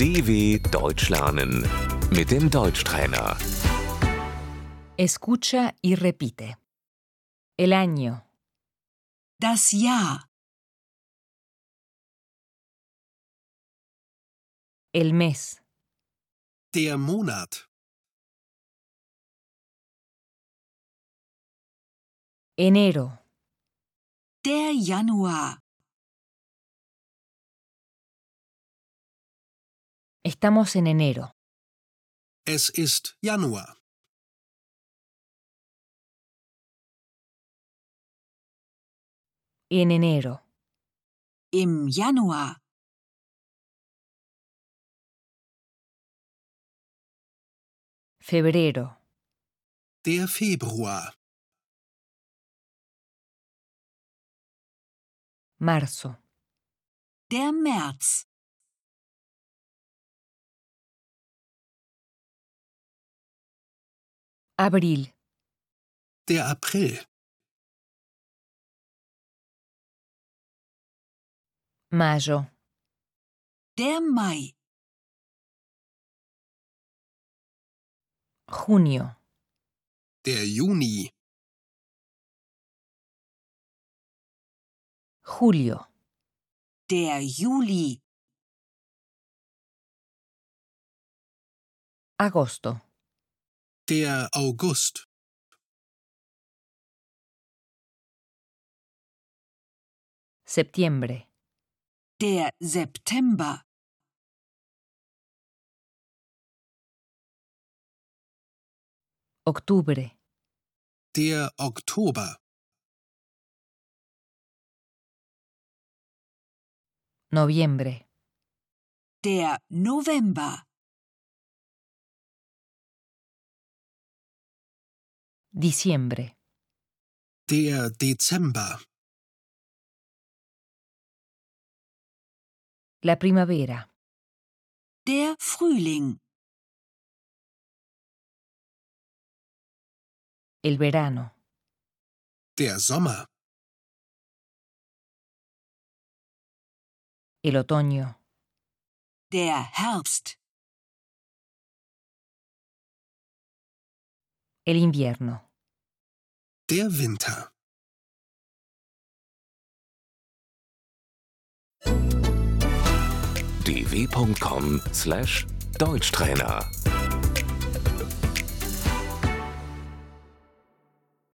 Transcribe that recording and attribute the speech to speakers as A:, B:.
A: DW Deutsch lernen mit dem Deutschtrainer.
B: Escucha y repite. El año,
C: Das Jahr,
B: el mes,
D: Der Monat.
B: enero,
C: der Januar,
B: estamos en enero,
D: Es ist Januar.
B: en enero,
C: im Januar,
B: febrero,
D: Der Februar.
B: marzo,
C: der März,
B: abril,
D: Der April.
B: mayo,
C: der er Mai,
B: junio,
D: Der Juni.
B: julio,
C: der er Juli,
B: agosto,
D: Der August.
B: septiembre,
C: der September,
B: octubre,
D: Der Oktober.
B: noviembre,
C: der November,
B: diciembre,
D: Der Dezember.
B: la primavera,
C: der Frühling,
B: el verano,
D: Der Sommer.
B: el otoño,
C: der Herbst,
B: el invierno,
D: Der Winter.
A: dw.com/deutschtrainer